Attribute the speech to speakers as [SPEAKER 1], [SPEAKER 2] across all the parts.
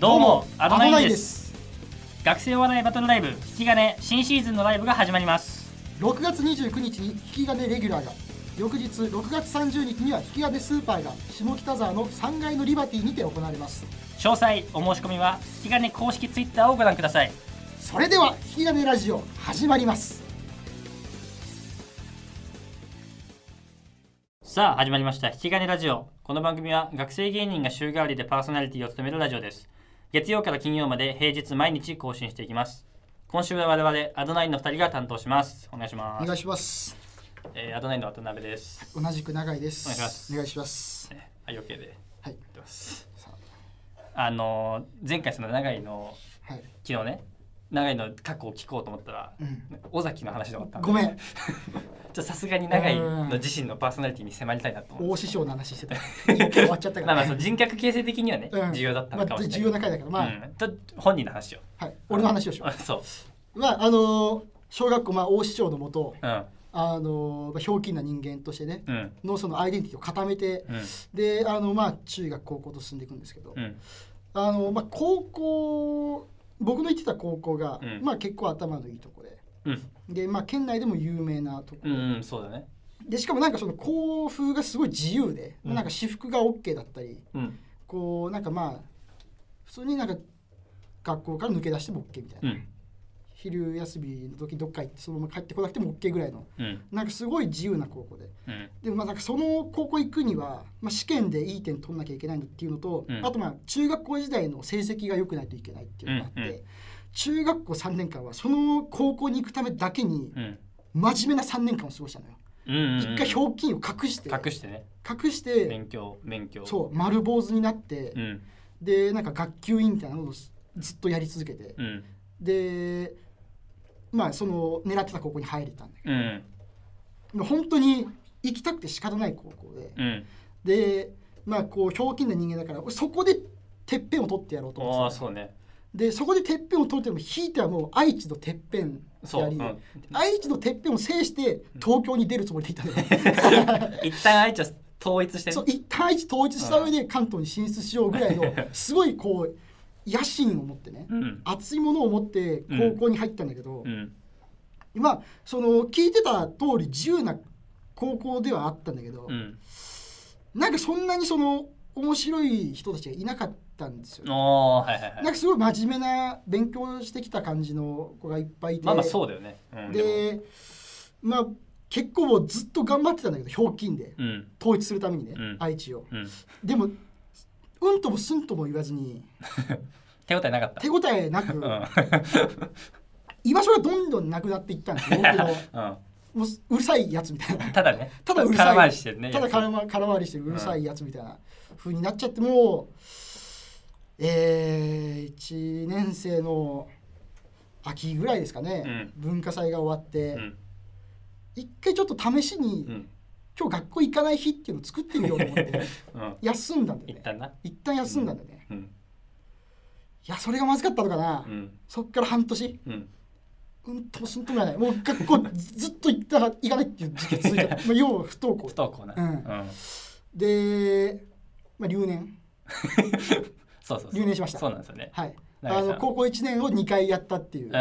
[SPEAKER 1] どうもア
[SPEAKER 2] あ
[SPEAKER 1] ド
[SPEAKER 2] 危
[SPEAKER 1] ナ
[SPEAKER 2] な
[SPEAKER 1] イン
[SPEAKER 2] い
[SPEAKER 1] で
[SPEAKER 2] ですす
[SPEAKER 1] 学生お笑いバトルライブ引き金新シーズンのライブが始まります
[SPEAKER 2] 6月29日に引き金レギュラーが翌日6月30日には引き金スーパーが下北沢の3階のリバティにて行われます
[SPEAKER 1] 詳細お申し込みは引き金公式ツイッターをご覧ください
[SPEAKER 2] それでは引き金ラジオ始まります
[SPEAKER 1] さあ始まりました引き金ラジオこの番組は学生芸人が週替わりでパーソナリティを務めるラジオです月曜から金曜まで平日毎日更新していきます今週は我々アドナインの2人が担当しますお願いしま
[SPEAKER 2] お
[SPEAKER 1] す
[SPEAKER 2] 願いします
[SPEAKER 1] えーアドナインの渡辺です
[SPEAKER 2] 同じく長いです
[SPEAKER 1] お願いします
[SPEAKER 2] お願いします
[SPEAKER 1] ねはい OK で
[SPEAKER 2] はい
[SPEAKER 1] やってます
[SPEAKER 2] さ
[SPEAKER 1] あのー前回その長井の
[SPEAKER 2] あはい
[SPEAKER 1] 昨日ね長井の過去を聞こうと思ったら、
[SPEAKER 2] うん
[SPEAKER 1] 尾崎の話で終わった
[SPEAKER 2] ごめん
[SPEAKER 1] じゃさすがに長井の自身のパーソナリティに迫りたいなと思っ
[SPEAKER 2] 大師匠の話して た一回終わっちゃっ
[SPEAKER 1] て、
[SPEAKER 2] たか
[SPEAKER 1] ま
[SPEAKER 2] ら
[SPEAKER 1] あまあその人格形成的にはね、
[SPEAKER 2] うん
[SPEAKER 1] 重要だったのかもしれない
[SPEAKER 2] まあ重要な回だからまあ、
[SPEAKER 1] うん、ちょっと本人の話を
[SPEAKER 2] はい、俺の話をしよう
[SPEAKER 1] あそう、
[SPEAKER 2] まああのー小学校、まあ、大師匠のもと、
[SPEAKER 1] うん
[SPEAKER 2] あのーまあひょうきんな人間としてね、
[SPEAKER 1] うん
[SPEAKER 2] のそのアイデンティティを固めて、
[SPEAKER 1] うん
[SPEAKER 2] であの、まあ、中学高校と進んでいくんですけど、
[SPEAKER 1] うん
[SPEAKER 2] あのまあ、高校僕の行ってた高校が、
[SPEAKER 1] うん
[SPEAKER 2] まあ、結構頭のいいとこで
[SPEAKER 1] うん
[SPEAKER 2] で、まあ、県内でも有名なとこ
[SPEAKER 1] うんうんそうだね
[SPEAKER 2] でしかもなんかその校風がすごい自由で、
[SPEAKER 1] うん
[SPEAKER 2] なんか私服が OK だったり
[SPEAKER 1] うん
[SPEAKER 2] こうなんかまあ普通になんか学校から抜け出しても OK みたいな、
[SPEAKER 1] うん
[SPEAKER 2] 昼休みの時どっか行ってそのまま帰ってこなくても OK ぐらいの
[SPEAKER 1] うん
[SPEAKER 2] なんかすごい自由な高校で
[SPEAKER 1] うん
[SPEAKER 2] でもまあなんかその高校行くには、まあ、試験でいい点取んなきゃいけないのっていうのと、
[SPEAKER 1] うん
[SPEAKER 2] あとまあ中学校時代の成績が良くないといけないっていうのがあって、
[SPEAKER 1] うんうん
[SPEAKER 2] 中学校3年間はその高校に行くためだけに
[SPEAKER 1] うん
[SPEAKER 2] 真面目な3年間を過ごしたのよ。
[SPEAKER 1] うんうん
[SPEAKER 2] 一回ひょうきんを隠して
[SPEAKER 1] 隠してね
[SPEAKER 2] 隠して
[SPEAKER 1] 勉強勉強
[SPEAKER 2] そう丸坊主になって、
[SPEAKER 1] うん
[SPEAKER 2] でなんか学級委員みたいなのをずずっとやり続けて、
[SPEAKER 1] うん
[SPEAKER 2] でまあその狙ってた高校に入れたんだけ
[SPEAKER 1] うん
[SPEAKER 2] ど本当に行きたくて仕方ない高校で。
[SPEAKER 1] うん
[SPEAKER 2] でまあこうひょうきんな人間だから俺そこでてっぺんを取ってやろうと
[SPEAKER 1] あ
[SPEAKER 2] 思
[SPEAKER 1] あ
[SPEAKER 2] ってた
[SPEAKER 1] そう ね
[SPEAKER 2] でそこでてっぺんを取ってもひいてはもう愛知のてっぺん
[SPEAKER 1] そう、
[SPEAKER 2] や
[SPEAKER 1] う
[SPEAKER 2] り、
[SPEAKER 1] ん、
[SPEAKER 2] 愛知のてっぺんを制して東京に出るつもりでいたのよ、
[SPEAKER 1] 一旦愛知は統一してね
[SPEAKER 2] そう一旦愛知統一した上で関東に進出しようぐ らいのすごいこう野心を持ってね
[SPEAKER 1] うん
[SPEAKER 2] 熱いものを持って高校に入ったんだけど、
[SPEAKER 1] うん
[SPEAKER 2] まあその聞いてた通り自由な高校ではあったんだけど、
[SPEAKER 1] うん
[SPEAKER 2] なんかそんなにその面白い人たちがいなかったんですよね
[SPEAKER 1] おーはいはい
[SPEAKER 2] な
[SPEAKER 1] は
[SPEAKER 2] ん
[SPEAKER 1] い
[SPEAKER 2] かすごい真面目な勉強してきた感じの子がいっぱいいて、
[SPEAKER 1] まあまあそうだよね、うん、も
[SPEAKER 2] でまあ結構もうずっと頑張ってたんだけどひょうきんで
[SPEAKER 1] うん
[SPEAKER 2] 統一するためにね、
[SPEAKER 1] うん
[SPEAKER 2] 愛知を
[SPEAKER 1] うん
[SPEAKER 2] でもうんともすんとも言わずに
[SPEAKER 1] 手応えなかった
[SPEAKER 2] 手応えなく
[SPEAKER 1] う
[SPEAKER 2] 居場所がどんどんなくなっていったんですよ 僕の
[SPEAKER 1] ん、うん
[SPEAKER 2] もううるさいやつみたいな
[SPEAKER 1] ただね
[SPEAKER 2] ただうるさい
[SPEAKER 1] 空回りしてるね
[SPEAKER 2] ただ
[SPEAKER 1] や
[SPEAKER 2] 空回空回りしてるうるさいやつみたいな風になっちゃってもう、えー、1年生の秋ぐらいですかね、文化祭が終わっ
[SPEAKER 1] つ
[SPEAKER 2] て、
[SPEAKER 1] うん
[SPEAKER 2] 一回ちょっと試しに、
[SPEAKER 1] うん
[SPEAKER 2] 今日学校行かない日っていうのを作ってみようと思って
[SPEAKER 1] うん
[SPEAKER 2] 休んだんだ
[SPEAKER 1] 一
[SPEAKER 2] よね
[SPEAKER 1] 旦な
[SPEAKER 2] 一旦休んだんだよね、
[SPEAKER 1] うん
[SPEAKER 2] いやそれがまずかったのかな、
[SPEAKER 1] うん
[SPEAKER 2] そっから半年
[SPEAKER 1] うん
[SPEAKER 2] うんともすんともやないもう学校ず ずっと行ったら行かないっていう時期が続 いちゃった、まあ、要は不登校
[SPEAKER 1] 不登校な
[SPEAKER 2] うんで、まあ、留年
[SPEAKER 1] そうそうそう
[SPEAKER 2] 留年しました
[SPEAKER 1] そうなんですよね
[SPEAKER 2] はい、
[SPEAKER 1] 長井
[SPEAKER 2] あ
[SPEAKER 1] さん
[SPEAKER 2] の高校1年を2回やったっていう
[SPEAKER 1] う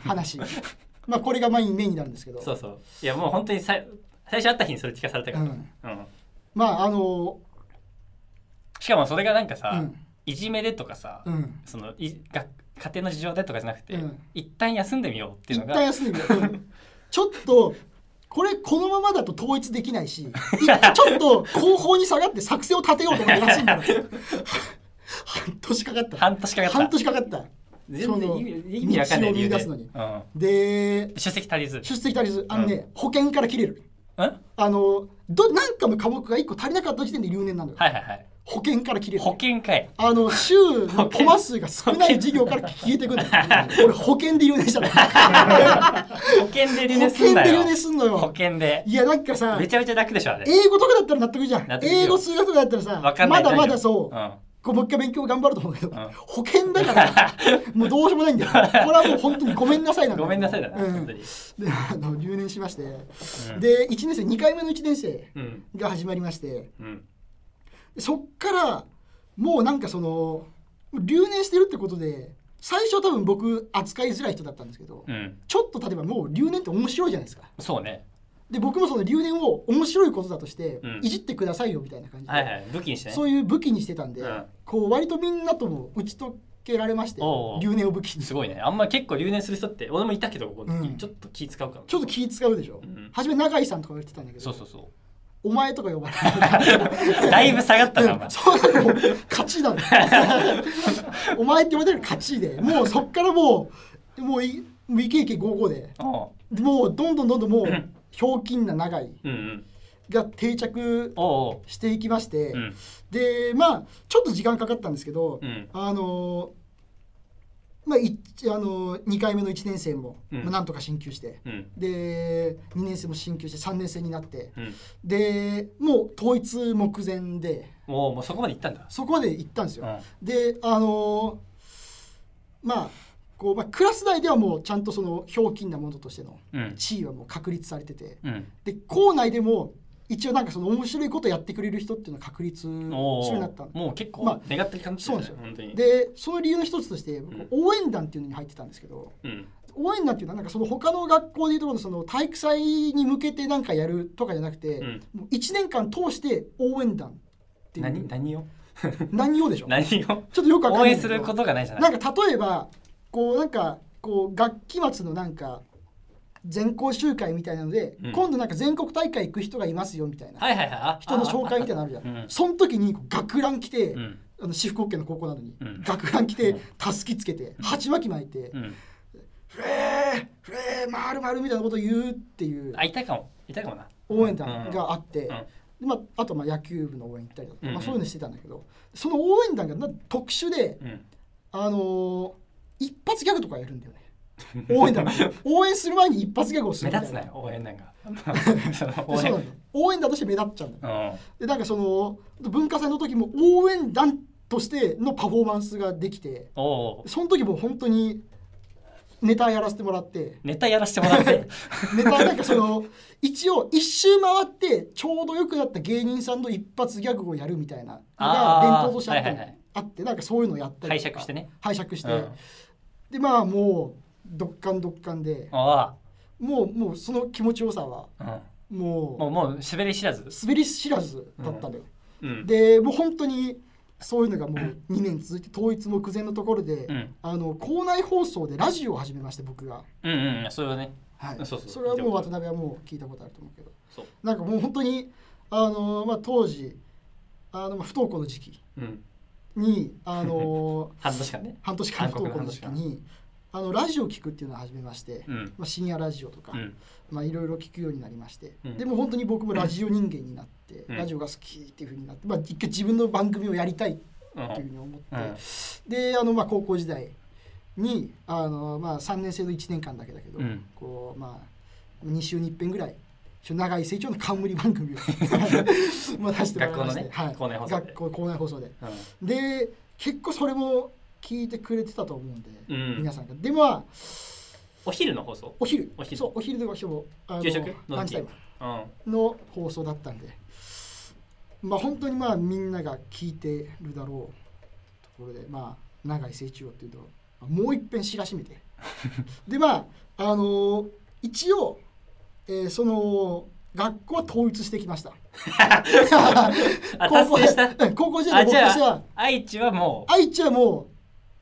[SPEAKER 2] 話まあこれがメインメインになるんですけど
[SPEAKER 1] んそうそういやもう本当にさい最初会った日にそれ聞かされたから、
[SPEAKER 2] うん
[SPEAKER 1] うん
[SPEAKER 2] まああの
[SPEAKER 1] しかもそれがなんかさ、
[SPEAKER 2] うん
[SPEAKER 1] いじめでとかさ、
[SPEAKER 2] うん
[SPEAKER 1] そのいが家庭の事情でとかじゃなくて、
[SPEAKER 2] うん
[SPEAKER 1] 一旦休んでみようってい
[SPEAKER 2] 一
[SPEAKER 1] うのが
[SPEAKER 2] 旦休んでみよう うんちょっとこれこのままだと統一で きないし一回ちょっと後方に下がって作戦を立てようと思って休 んだの半年かかった
[SPEAKER 1] 半年かかった
[SPEAKER 2] 半年かかった
[SPEAKER 1] 全然意味意味わかんない理由で、
[SPEAKER 2] 道を見出す
[SPEAKER 1] うん、
[SPEAKER 2] で
[SPEAKER 1] 出席足りず
[SPEAKER 2] 出席足りずあのね、保険から切れる
[SPEAKER 1] うんはい
[SPEAKER 2] あのど何かの科目が1個足りなかった時点で留年なのよ、
[SPEAKER 1] はいはい
[SPEAKER 2] 保険から切れる
[SPEAKER 1] 保険かい
[SPEAKER 2] あの週のコマ数が少ない授業から消えてくるの俺保険で留年したの
[SPEAKER 1] 保険で留
[SPEAKER 2] 保
[SPEAKER 1] 年すん
[SPEAKER 2] 険
[SPEAKER 1] な
[SPEAKER 2] で
[SPEAKER 1] よ
[SPEAKER 2] 留年すんの
[SPEAKER 1] 保
[SPEAKER 2] よ
[SPEAKER 1] 険で
[SPEAKER 2] いやなんかさ
[SPEAKER 1] めちゃめちゃ楽でしょあれ
[SPEAKER 2] 英語とかだったら納得じゃん
[SPEAKER 1] 納得よ
[SPEAKER 2] 英語数学とかだったらさ
[SPEAKER 1] わかんな
[SPEAKER 2] ま
[SPEAKER 1] い
[SPEAKER 2] だまだ
[SPEAKER 1] 大丈夫
[SPEAKER 2] そう、こうもう一回勉強頑張ると思うけど、
[SPEAKER 1] ん
[SPEAKER 2] 保険だから もうどうしようもないんだよこれはもう本当にごめんなさいなん
[SPEAKER 1] ごめんなさいだな、
[SPEAKER 2] う
[SPEAKER 1] 本
[SPEAKER 2] ん、
[SPEAKER 1] 当
[SPEAKER 2] で
[SPEAKER 1] に
[SPEAKER 2] あの留年しまして、
[SPEAKER 1] うん
[SPEAKER 2] で1年生2回目の1年生
[SPEAKER 1] うん
[SPEAKER 2] が始まりまして
[SPEAKER 1] うん
[SPEAKER 2] そっからもうなんかその留年してるってことで最初多分僕扱いづらい人だったんですけど、
[SPEAKER 1] うん
[SPEAKER 2] ちょっと例えばもう留年って面白いじゃないですか
[SPEAKER 1] そうね
[SPEAKER 2] で僕もその留年を面白いことだとして、
[SPEAKER 1] うん
[SPEAKER 2] いじってくださいよみたいな感じで、
[SPEAKER 1] はいはい武器にしてね
[SPEAKER 2] そういう武器にしてたんで、
[SPEAKER 1] うん
[SPEAKER 2] こう割とみんなとも打ち解けられまして
[SPEAKER 1] おうおう
[SPEAKER 2] 留年を武器に
[SPEAKER 1] すごいねあんま結構留年する人って俺もいたけどここの時、
[SPEAKER 2] うん
[SPEAKER 1] ちょっと気使うかも
[SPEAKER 2] ちょっと気使うでしょ、
[SPEAKER 1] うん
[SPEAKER 2] 初め永井さんとか言ってたんだけど
[SPEAKER 1] そうそう そ
[SPEAKER 2] お前とか 呼ばれて
[SPEAKER 1] うだいぶ下がったなお前
[SPEAKER 2] そうなの勝ちだね お前って言われたら勝ちでもうそっからもうもういもうイケイケゴーゴーで
[SPEAKER 1] おう
[SPEAKER 2] もうどんどんどんどんも
[SPEAKER 1] う
[SPEAKER 2] う
[SPEAKER 1] ん
[SPEAKER 2] ひょうきんな長井
[SPEAKER 1] うんうん
[SPEAKER 2] が定着
[SPEAKER 1] おうおう
[SPEAKER 2] していきまして、
[SPEAKER 1] うん
[SPEAKER 2] でまあちょっと時間かかったんですけど、
[SPEAKER 1] うん
[SPEAKER 2] あのーまあ、いあのー2回目の1年生も、
[SPEAKER 1] うん
[SPEAKER 2] まあ、なんとか進級して
[SPEAKER 1] うん
[SPEAKER 2] で2年生も進級して3年生になって
[SPEAKER 1] うん
[SPEAKER 2] でもう統一目前で
[SPEAKER 1] おうもうそこまで行ったんだ
[SPEAKER 2] そこまで行ったんですよ。
[SPEAKER 1] うん
[SPEAKER 2] であのーまあこうまあ、クラス内ではもうちゃんとそのひょうきんなものとしての
[SPEAKER 1] うん
[SPEAKER 2] 地位はもう確立されてて
[SPEAKER 1] うん
[SPEAKER 2] で校内でも一応なんかその面白いことやってくれる人っていうのは確立するよ
[SPEAKER 1] おう
[SPEAKER 2] うになったんで
[SPEAKER 1] もう結構
[SPEAKER 2] まあ
[SPEAKER 1] 願ってる感じだよね
[SPEAKER 2] そう
[SPEAKER 1] 本当に
[SPEAKER 2] でその理由の一つとして僕
[SPEAKER 1] うん
[SPEAKER 2] 応援団っていうのに入ってたんですけど
[SPEAKER 1] うん
[SPEAKER 2] 応援団っていうのはなんかその他の学校でいうところのその体育祭に向けてなんかやるとかじゃなくて、
[SPEAKER 1] うん
[SPEAKER 2] もう1年間通して応援団っていう
[SPEAKER 1] 何何を
[SPEAKER 2] 何をでしょちょ
[SPEAKER 1] 何を
[SPEAKER 2] っとよくわかん
[SPEAKER 1] 応
[SPEAKER 2] ない
[SPEAKER 1] 援
[SPEAKER 2] んだ
[SPEAKER 1] す
[SPEAKER 2] け
[SPEAKER 1] る
[SPEAKER 2] ど
[SPEAKER 1] ことがないじゃない
[SPEAKER 2] なんか例えばこうなんかこう学期末のなんか全校集会みたいなので、
[SPEAKER 1] うん
[SPEAKER 2] 今度なんか全国大会行く人がいますよみたいな、
[SPEAKER 1] はいはいはいあ
[SPEAKER 2] 人の紹介みたい
[SPEAKER 1] あ
[SPEAKER 2] なのあるじゃん、
[SPEAKER 1] うん
[SPEAKER 2] その時にこう学ラン来て、
[SPEAKER 1] うん
[SPEAKER 2] あの私服 OK の高校なのに、
[SPEAKER 1] うん
[SPEAKER 2] 学ラン着て
[SPEAKER 1] うん
[SPEAKER 2] たすきつけて鉢巻き巻いて、
[SPEAKER 1] うん
[SPEAKER 2] フレーフレーまるまるみたいなこと言うっていう
[SPEAKER 1] あいたかもいたかもな
[SPEAKER 2] 応援団があって、
[SPEAKER 1] うん
[SPEAKER 2] でまあ、あとまあ野球部の応援行ったりとか、
[SPEAKER 1] うんう
[SPEAKER 2] ま
[SPEAKER 1] ん
[SPEAKER 2] あ、そういうのしてたんだけどその応援団がな特殊で、
[SPEAKER 1] うん
[SPEAKER 2] あのー一発ギャグとかやるんだよ ね。応援団応援する前に一発ギャグをす
[SPEAKER 1] 目
[SPEAKER 2] るみた
[SPEAKER 1] 立つ
[SPEAKER 2] い
[SPEAKER 1] な
[SPEAKER 2] な。
[SPEAKER 1] よ応援団がその
[SPEAKER 2] で
[SPEAKER 1] 応
[SPEAKER 2] そ
[SPEAKER 1] 援
[SPEAKER 2] うなんだよ応援団として目立っちゃうんだよ。
[SPEAKER 1] うん
[SPEAKER 2] でなんかその文化祭の時も応援団としてのパフォーマンスができて
[SPEAKER 1] おお
[SPEAKER 2] その時も本当にネタやらせてもらって
[SPEAKER 1] ネタやらせてもらって
[SPEAKER 2] ネタなんか その一応一周回ってちょうど良くなった芸人さんの一発ギャグをやるみたいなのが
[SPEAKER 1] あー
[SPEAKER 2] 伝統としてあったり
[SPEAKER 1] はいはいはい
[SPEAKER 2] あってなんかそういうのをやった
[SPEAKER 1] 拝
[SPEAKER 2] りとか
[SPEAKER 1] 借してね
[SPEAKER 2] 拝借して、
[SPEAKER 1] うん
[SPEAKER 2] でまあもうどっかんどっかんで
[SPEAKER 1] あ
[SPEAKER 2] もうもうその気持ちよさは
[SPEAKER 1] あも
[SPEAKER 2] も
[SPEAKER 1] うもう滑り知らず
[SPEAKER 2] う滑り知らずだったんだよ、
[SPEAKER 1] うん
[SPEAKER 2] でもう本当にそういうのがもう2年続いて統一目前のところで、
[SPEAKER 1] うん
[SPEAKER 2] あの校内放送でラジオを始めまして僕が、
[SPEAKER 1] うんうんそれはね
[SPEAKER 2] はい、
[SPEAKER 1] そうそう
[SPEAKER 2] れはも
[SPEAKER 1] 聞
[SPEAKER 2] う
[SPEAKER 1] いたこと
[SPEAKER 2] 渡辺はもう聞いたことあると思うけど
[SPEAKER 1] そう
[SPEAKER 2] なんかもう本当にあの、まあ、当時あのまあ不登校の時期
[SPEAKER 1] うん
[SPEAKER 2] に あの
[SPEAKER 1] 半年間ね
[SPEAKER 2] 半年間不登校の時期にあのラジオを聞くっていうのを始めまして、
[SPEAKER 1] うん
[SPEAKER 2] まあ、深夜ラジオとか、
[SPEAKER 1] うん
[SPEAKER 2] まあ、いろいろ聞くようになりまして、
[SPEAKER 1] うん
[SPEAKER 2] でも本当に僕もラジオ人間になっ
[SPEAKER 1] う
[SPEAKER 2] て、
[SPEAKER 1] ん
[SPEAKER 2] ラジオが好きっていうふうになって、まあ、一回自分の番組をやりたいって
[SPEAKER 1] う
[SPEAKER 2] いうふうんに思って、
[SPEAKER 1] うん
[SPEAKER 2] であの、まあ、高校時代にあの、まあ、3年生の1年間だけだけど、
[SPEAKER 1] うん
[SPEAKER 2] こうまあ、2週に1遍ぐらい長井成長の冠番 組をまあ出してもらいま
[SPEAKER 1] 学校の
[SPEAKER 2] して、
[SPEAKER 1] ね
[SPEAKER 2] はい、
[SPEAKER 1] 校内放送で
[SPEAKER 2] 学校校内放送で
[SPEAKER 1] うん
[SPEAKER 2] で結構それも聞いてくれてたと思うんで、
[SPEAKER 1] うん
[SPEAKER 2] 皆さんがでまあ
[SPEAKER 1] お昼の放送
[SPEAKER 2] お昼
[SPEAKER 1] お昼
[SPEAKER 2] そうお昼でも今日もあの
[SPEAKER 1] 給食の時
[SPEAKER 2] ランチタイム
[SPEAKER 1] うん
[SPEAKER 2] の放送だったんでまあ本当にまあみんなが聞いてるだろうところでまあ永井誠一郎っていうともういっぺん知らしめてでまああのー一応、えーその学校は統一してきました
[SPEAKER 1] あ達成した
[SPEAKER 2] 高校でうん高校時代
[SPEAKER 1] あ
[SPEAKER 2] の
[SPEAKER 1] じ
[SPEAKER 2] 僕として
[SPEAKER 1] ゃ
[SPEAKER 2] は
[SPEAKER 1] あ愛知はもう
[SPEAKER 2] 愛知はも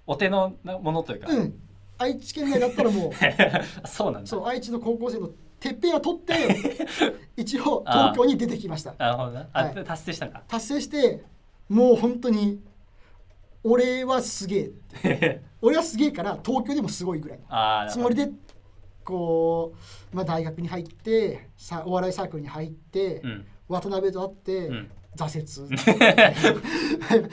[SPEAKER 1] お手のものというか
[SPEAKER 2] う、うん、愛知県内だったらもう
[SPEAKER 1] そうなんだ
[SPEAKER 2] そう愛知の高校生のてっぺんは取って 一応
[SPEAKER 1] ああ
[SPEAKER 2] 東京に出てきました
[SPEAKER 1] なるほどなあ、
[SPEAKER 2] はい
[SPEAKER 1] 達成した んだ
[SPEAKER 2] 達成してもう本当に俺はすげえって俺はすげえから東京でもすごいぐらいの
[SPEAKER 1] ああ
[SPEAKER 2] つもり
[SPEAKER 1] で
[SPEAKER 2] でこう、まあ、大学に入ってさお笑いサークルに入って、
[SPEAKER 1] うん
[SPEAKER 2] 渡辺と会って、
[SPEAKER 1] うん
[SPEAKER 2] 挫折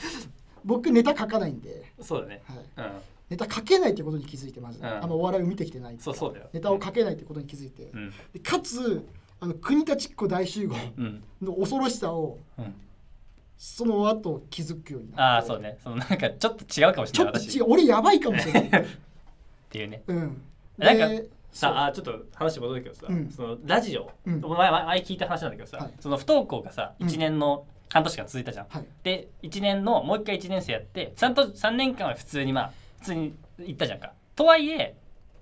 [SPEAKER 2] 僕ネタ書かないんで、
[SPEAKER 1] そうだね
[SPEAKER 2] は
[SPEAKER 1] う
[SPEAKER 2] い、
[SPEAKER 1] ん
[SPEAKER 2] ネタ書けないってことに気づいてまず、
[SPEAKER 1] うん
[SPEAKER 2] あんまお笑いを見てきてないっていか
[SPEAKER 1] そうそうだよ
[SPEAKER 2] ネタを書けないってことに気づいて、
[SPEAKER 1] うん
[SPEAKER 2] でかつあの国立っ子大集合
[SPEAKER 1] うん
[SPEAKER 2] の恐ろしさを
[SPEAKER 1] うん
[SPEAKER 2] その後気づくようになって
[SPEAKER 1] ああそうねそのなんかちょっと違うかもし
[SPEAKER 2] ち
[SPEAKER 1] れ
[SPEAKER 2] ょ
[SPEAKER 1] な
[SPEAKER 2] っ
[SPEAKER 1] い
[SPEAKER 2] と
[SPEAKER 1] 私
[SPEAKER 2] 違う俺やばいかもしれ ない
[SPEAKER 1] っていうね
[SPEAKER 2] うん
[SPEAKER 1] なんか
[SPEAKER 2] で
[SPEAKER 1] さああちょっと話戻るけどさ、
[SPEAKER 2] うん
[SPEAKER 1] そのラジオ、
[SPEAKER 2] うん
[SPEAKER 1] 前前前聞いた話なんだけどさ、
[SPEAKER 2] はい
[SPEAKER 1] その不登校がさ
[SPEAKER 2] うん
[SPEAKER 1] 1年の半年間続いたじゃん
[SPEAKER 2] はい
[SPEAKER 1] で1年のもう一回1年生やってちゃんと3年間は普通にまあ普通に行ったじゃんかとはいえ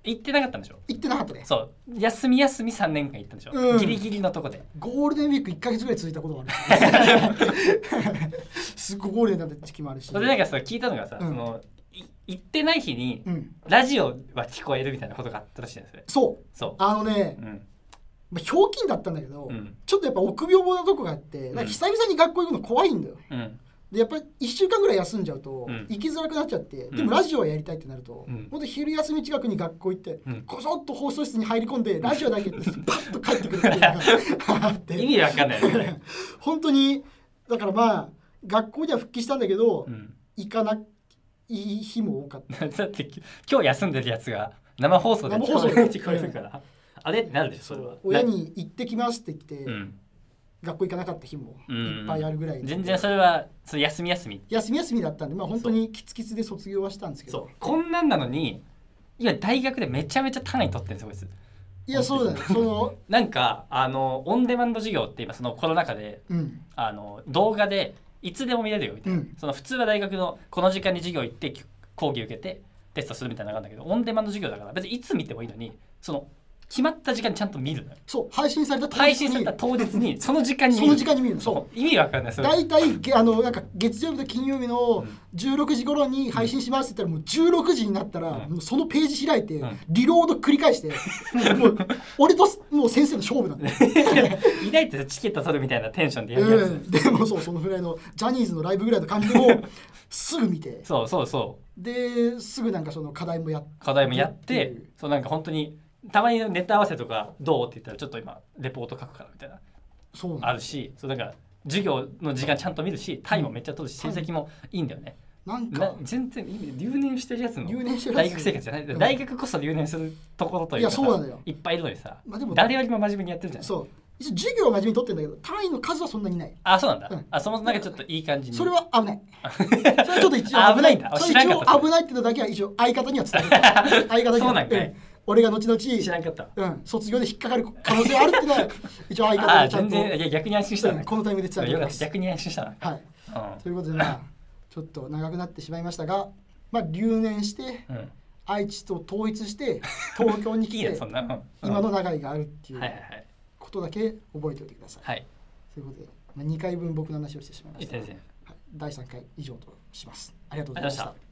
[SPEAKER 1] 行ってなかったんでしょ
[SPEAKER 2] 行ってなかったです
[SPEAKER 1] そう休み休み3年間行ったんでしょ、
[SPEAKER 2] うん
[SPEAKER 1] ギリギリのとこで
[SPEAKER 2] ゴールデンウィーク1か月ぐらい続いたことが あるすごいゴールデンなんて時期もあるし
[SPEAKER 1] それでなんかその聞いたのがさ、
[SPEAKER 2] うん
[SPEAKER 1] そのい行ってない日に
[SPEAKER 2] うん、
[SPEAKER 1] ラジオは聞こえるみたいなことがあったらしいんですね
[SPEAKER 2] そう
[SPEAKER 1] そ
[SPEAKER 2] あのね
[SPEAKER 1] う、うん
[SPEAKER 2] まあひょうきんだったんだけど、
[SPEAKER 1] うん
[SPEAKER 2] ちょっとやっぱ臆病なとこがあってなんか久々に学校行くの怖いんだよ
[SPEAKER 1] うん
[SPEAKER 2] でやっぱり1週間ぐらい休んじゃうと、
[SPEAKER 1] うん
[SPEAKER 2] 行きづらくなっちゃってで
[SPEAKER 1] うん
[SPEAKER 2] もラジオはやりたいってなると、
[SPEAKER 1] うん
[SPEAKER 2] ほんと昼休み近くに学校行って、
[SPEAKER 1] うん
[SPEAKER 2] こそっと放送室に入り込んでラジオだ けやってパッと帰ってくるっていうのがあって
[SPEAKER 1] 意味わかんないです ね、
[SPEAKER 2] 本当にだからまあ学校には復帰したんだけど、
[SPEAKER 1] うん、
[SPEAKER 2] 行かない日も多かった
[SPEAKER 1] だって今日休んでるやつが生放送で
[SPEAKER 2] 生放送で
[SPEAKER 1] 聞こえるから、あれってなるでしょそれは
[SPEAKER 2] 親に行ってきますって来て、
[SPEAKER 1] うん、
[SPEAKER 2] 学校行かなかった日も
[SPEAKER 1] うん
[SPEAKER 2] いっぱいあるぐらいで、
[SPEAKER 1] 全然それはその休み休み
[SPEAKER 2] 休み休みだったんでまあ本当にキツキツで卒業はしたんですけ
[SPEAKER 1] そう
[SPEAKER 2] ど
[SPEAKER 1] こんなんなのに今大学でめちゃめちゃ単位取ってるんですよこいつ
[SPEAKER 2] いやそうだねその
[SPEAKER 1] なんかあのオンデマンド授業って今そのコロナ禍で
[SPEAKER 2] うん
[SPEAKER 1] あの動画でいつでも見れるよみたいな、
[SPEAKER 2] うん
[SPEAKER 1] その普通は大学のこの時間に授業行ってき講義受けてテストするみたいなのがあるんだけどオンデマンド授業だから別にいつ見てもいいのにその決まった時間にちゃんと見るのよ
[SPEAKER 2] そう配信された当
[SPEAKER 1] 配
[SPEAKER 2] 日
[SPEAKER 1] 信され
[SPEAKER 2] に
[SPEAKER 1] た当日 にその時間に
[SPEAKER 2] その時間に見るのそう
[SPEAKER 1] う意味わかんないそれ
[SPEAKER 2] 大体げあのなんか月曜日と金曜日の16時頃に配信しますって言ったらもう16時になったら、
[SPEAKER 1] うん
[SPEAKER 2] もうそのページ開いて、
[SPEAKER 1] うん
[SPEAKER 2] リロード繰り 返して、もう俺とすもう先生の勝負なんだよ、
[SPEAKER 1] いないってチケット取るみたいなテンションでやるやつ、
[SPEAKER 2] うん、でもそうそのぐらいのジャニーズのライブぐらいの感じをすぐ見て
[SPEAKER 1] そうそうそう
[SPEAKER 2] ですぐなんかその課題もやって
[SPEAKER 1] 課題もやっ
[SPEAKER 2] って
[SPEAKER 1] て
[SPEAKER 2] いう
[SPEAKER 1] そうなんか本当にたまにネタ合わせとかどうって言ったらちょっと今レポート書くからみたいな
[SPEAKER 2] そうなんだ
[SPEAKER 1] あるしそうなんか授業の時間ちゃんと見るし単位もめっちゃ取るし成
[SPEAKER 2] うん
[SPEAKER 1] 績もいいんだよね、
[SPEAKER 2] なん
[SPEAKER 1] な
[SPEAKER 2] か
[SPEAKER 1] 全然意味留年してるやつの
[SPEAKER 2] 留年してるや
[SPEAKER 1] 大
[SPEAKER 2] つ
[SPEAKER 1] 学生活じゃない、
[SPEAKER 2] うん
[SPEAKER 1] 大学こそ留年するところというかさ
[SPEAKER 2] いやそうなのよ
[SPEAKER 1] いっぱいいるのにさ、
[SPEAKER 2] まあでも
[SPEAKER 1] 誰よりも真面目にやってるじゃん
[SPEAKER 2] そう一応授業は真面目に取ってんだけど単位の数はそんなにない
[SPEAKER 1] あそうなんだ、
[SPEAKER 2] うん
[SPEAKER 1] あそのなんかちょっといい感じに
[SPEAKER 2] それは危ないそれはちょっと一応
[SPEAKER 1] あ危ないんだ
[SPEAKER 2] それ
[SPEAKER 1] 知ら
[SPEAKER 2] 一
[SPEAKER 1] んかった
[SPEAKER 2] 応危ないってのだけは一応相方には伝える相方に は
[SPEAKER 1] そうなんかい
[SPEAKER 2] ええ俺が後
[SPEAKER 1] 知ら
[SPEAKER 2] 々
[SPEAKER 1] んかったわ
[SPEAKER 2] うん、卒業で引っかかる可能性があるってのは一応相方
[SPEAKER 1] あ
[SPEAKER 2] にちゃ
[SPEAKER 1] 全
[SPEAKER 2] んと
[SPEAKER 1] 然いや逆に安心した
[SPEAKER 2] うん
[SPEAKER 1] な
[SPEAKER 2] このタイミングで伝えて
[SPEAKER 1] よ
[SPEAKER 2] おき
[SPEAKER 1] かっ
[SPEAKER 2] ま
[SPEAKER 1] た
[SPEAKER 2] す
[SPEAKER 1] 逆に安心したな、
[SPEAKER 2] はい
[SPEAKER 1] うん
[SPEAKER 2] ということでまあちょっと長くなってしまいましたがまあ留年して
[SPEAKER 1] うん、
[SPEAKER 2] 愛知と統一して東京 に
[SPEAKER 1] い
[SPEAKER 2] 来
[SPEAKER 1] いよ
[SPEAKER 2] て
[SPEAKER 1] そんな、うん、
[SPEAKER 2] 今の長井があるってい
[SPEAKER 1] はいはいうはい
[SPEAKER 2] ことだけ覚えておいてください。
[SPEAKER 1] はい
[SPEAKER 2] ということで、まあ、2回分僕の話をしてしまいま
[SPEAKER 1] いい
[SPEAKER 2] した。
[SPEAKER 1] 先
[SPEAKER 2] はい
[SPEAKER 1] 生
[SPEAKER 2] 第3回以上とします。ありがとうございまし
[SPEAKER 1] ありがとうございました
[SPEAKER 2] た。